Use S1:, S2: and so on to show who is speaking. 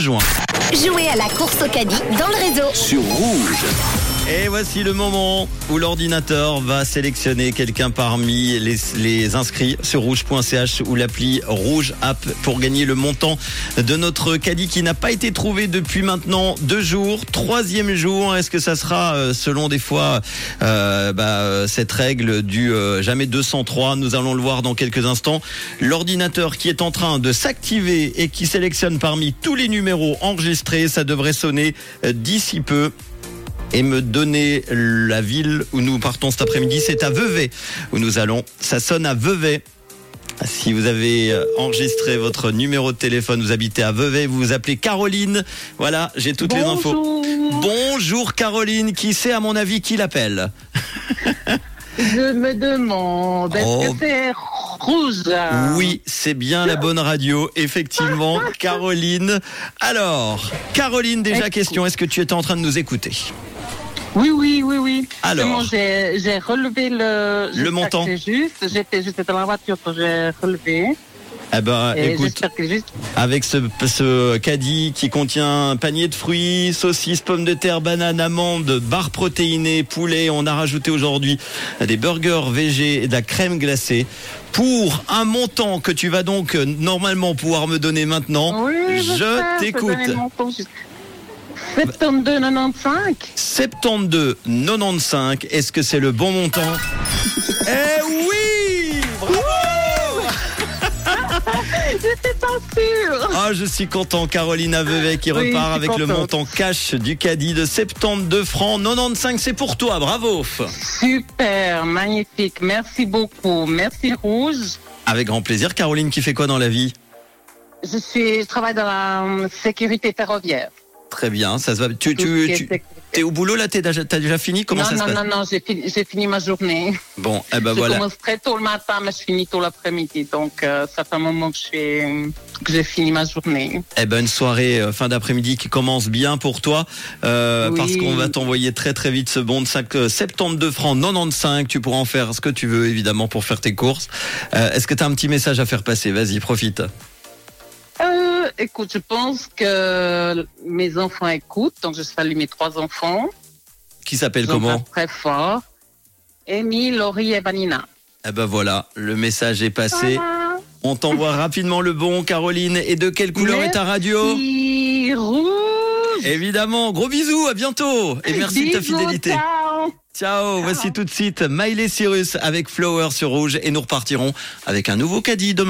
S1: juin.
S2: Jouez à la course au caddie dans le réseau.
S3: sur rouge.
S1: Et voici le moment où l'ordinateur va sélectionner quelqu'un parmi les, les inscrits sur rouge.ch ou l'appli Rouge App pour gagner le montant de notre caddie qui n'a pas été trouvé depuis maintenant deux jours. Troisième jour, est-ce que ça sera euh, selon des fois euh, bah, euh, cette règle du euh, jamais 203 Nous allons le voir dans quelques instants. L'ordinateur qui est en train de s'activer et qui sélectionne parmi tous les numéros enregistrés, ça devrait sonner euh, d'ici peu et me donner la ville où nous partons cet après-midi. C'est à Vevey où nous allons. Ça sonne à Vevey. Si vous avez euh, enregistré votre numéro de téléphone, vous habitez à Vevey, vous vous appelez Caroline. Voilà, j'ai toutes les infos.
S4: Bonjour.
S1: Bonjour Caroline, qui c'est à mon avis qui l'appelle
S4: Je me demande, est-ce
S1: Oh.
S4: que c'est rouge
S1: Oui, c'est bien la bonne radio, effectivement, Caroline. Alors, Caroline, déjà
S4: Écoute.
S1: question, est-ce que tu étais en train de nous écouter
S4: Oui, oui, oui, oui.
S1: Alors.
S4: Justement, j'ai j'ai relevé le... j'espère
S1: montant.
S4: que C'est juste, j'étais j'étais dans la voiture quand j'ai relevé.
S1: Eh ben,
S4: et
S1: écoute,
S4: j'espère que c'est juste.
S1: avec ce, ce caddie qui contient un panier de fruits, saucisses, pommes de terre, bananes, amandes, barres protéinées, poulet. On a rajouté aujourd'hui des burgers végé et de la crème glacée pour un montant que tu vas donc euh, normalement pouvoir me donner maintenant.
S4: Oui, j'espère,
S1: je
S4: c'est dans les
S1: t'écoute.
S4: montants, juste. 72,95
S1: 72 95. Est-ce que c'est le bon montant Eh oui Bravo Bah.
S4: J'étais pas sûre
S1: Ah, je suis content. Caroline Avevet qui
S4: Oui,
S1: repart
S4: je
S1: avec
S4: suis
S1: le
S4: contente.
S1: montant cash du caddie de 72 francs. 95, c'est pour toi. Bravo.
S4: Super, magnifique, merci beaucoup, merci Rouge.
S1: Avec grand plaisir. Caroline qui fait quoi dans la vie
S4: Je, suis, je travaille dans la euh, sécurité ferroviaire.
S1: Très bien. Ça se va. Tu,
S4: Tout
S1: tu,
S4: ce qui est
S1: tu-
S4: sécurité.
S1: t'es au boulot là T'es déjà, t'as déjà fini Comment
S4: non,
S1: ça se
S4: non,
S1: passe
S4: non, non, j'ai fini, j'ai fini ma journée.
S1: Bon, eh ben
S4: je
S1: voilà.
S4: commence très tôt le matin, mais je finis tôt l'après-midi. Donc, euh, ça fait un moment que je suis- que j'ai fini ma journée.
S1: Eh ben une soirée euh, fin d'après-midi qui commence bien pour toi euh,
S4: Oui.
S1: parce qu'on va t'envoyer très très vite ce bon de 5, euh, 72 francs 95. Tu pourras en faire ce que tu veux évidemment pour faire tes courses. Euh, Est-ce que t'as un petit message à faire passer Vas-y, profite.
S4: Euh, écoute, je pense que mes enfants écoutent, donc je salue mes trois enfants.
S1: Qui s'appelle
S4: Ils ont
S1: comment
S4: pas Très fort. Amy, Laurie et Vanina.
S1: Eh ben voilà, le message est passé. On t'envoie rapidement le bon, Caroline. Et de quelle couleur est ta radio
S4: Merci, Rouge.
S1: Évidemment, gros bisous, à bientôt. Et merci de ta
S4: Bisous,
S1: fidélité.
S4: ciao.
S1: Ciao, voici tout de suite Miley Cyrus avec Flower sur Rouge. Et nous repartirons avec un nouveau caddie demain.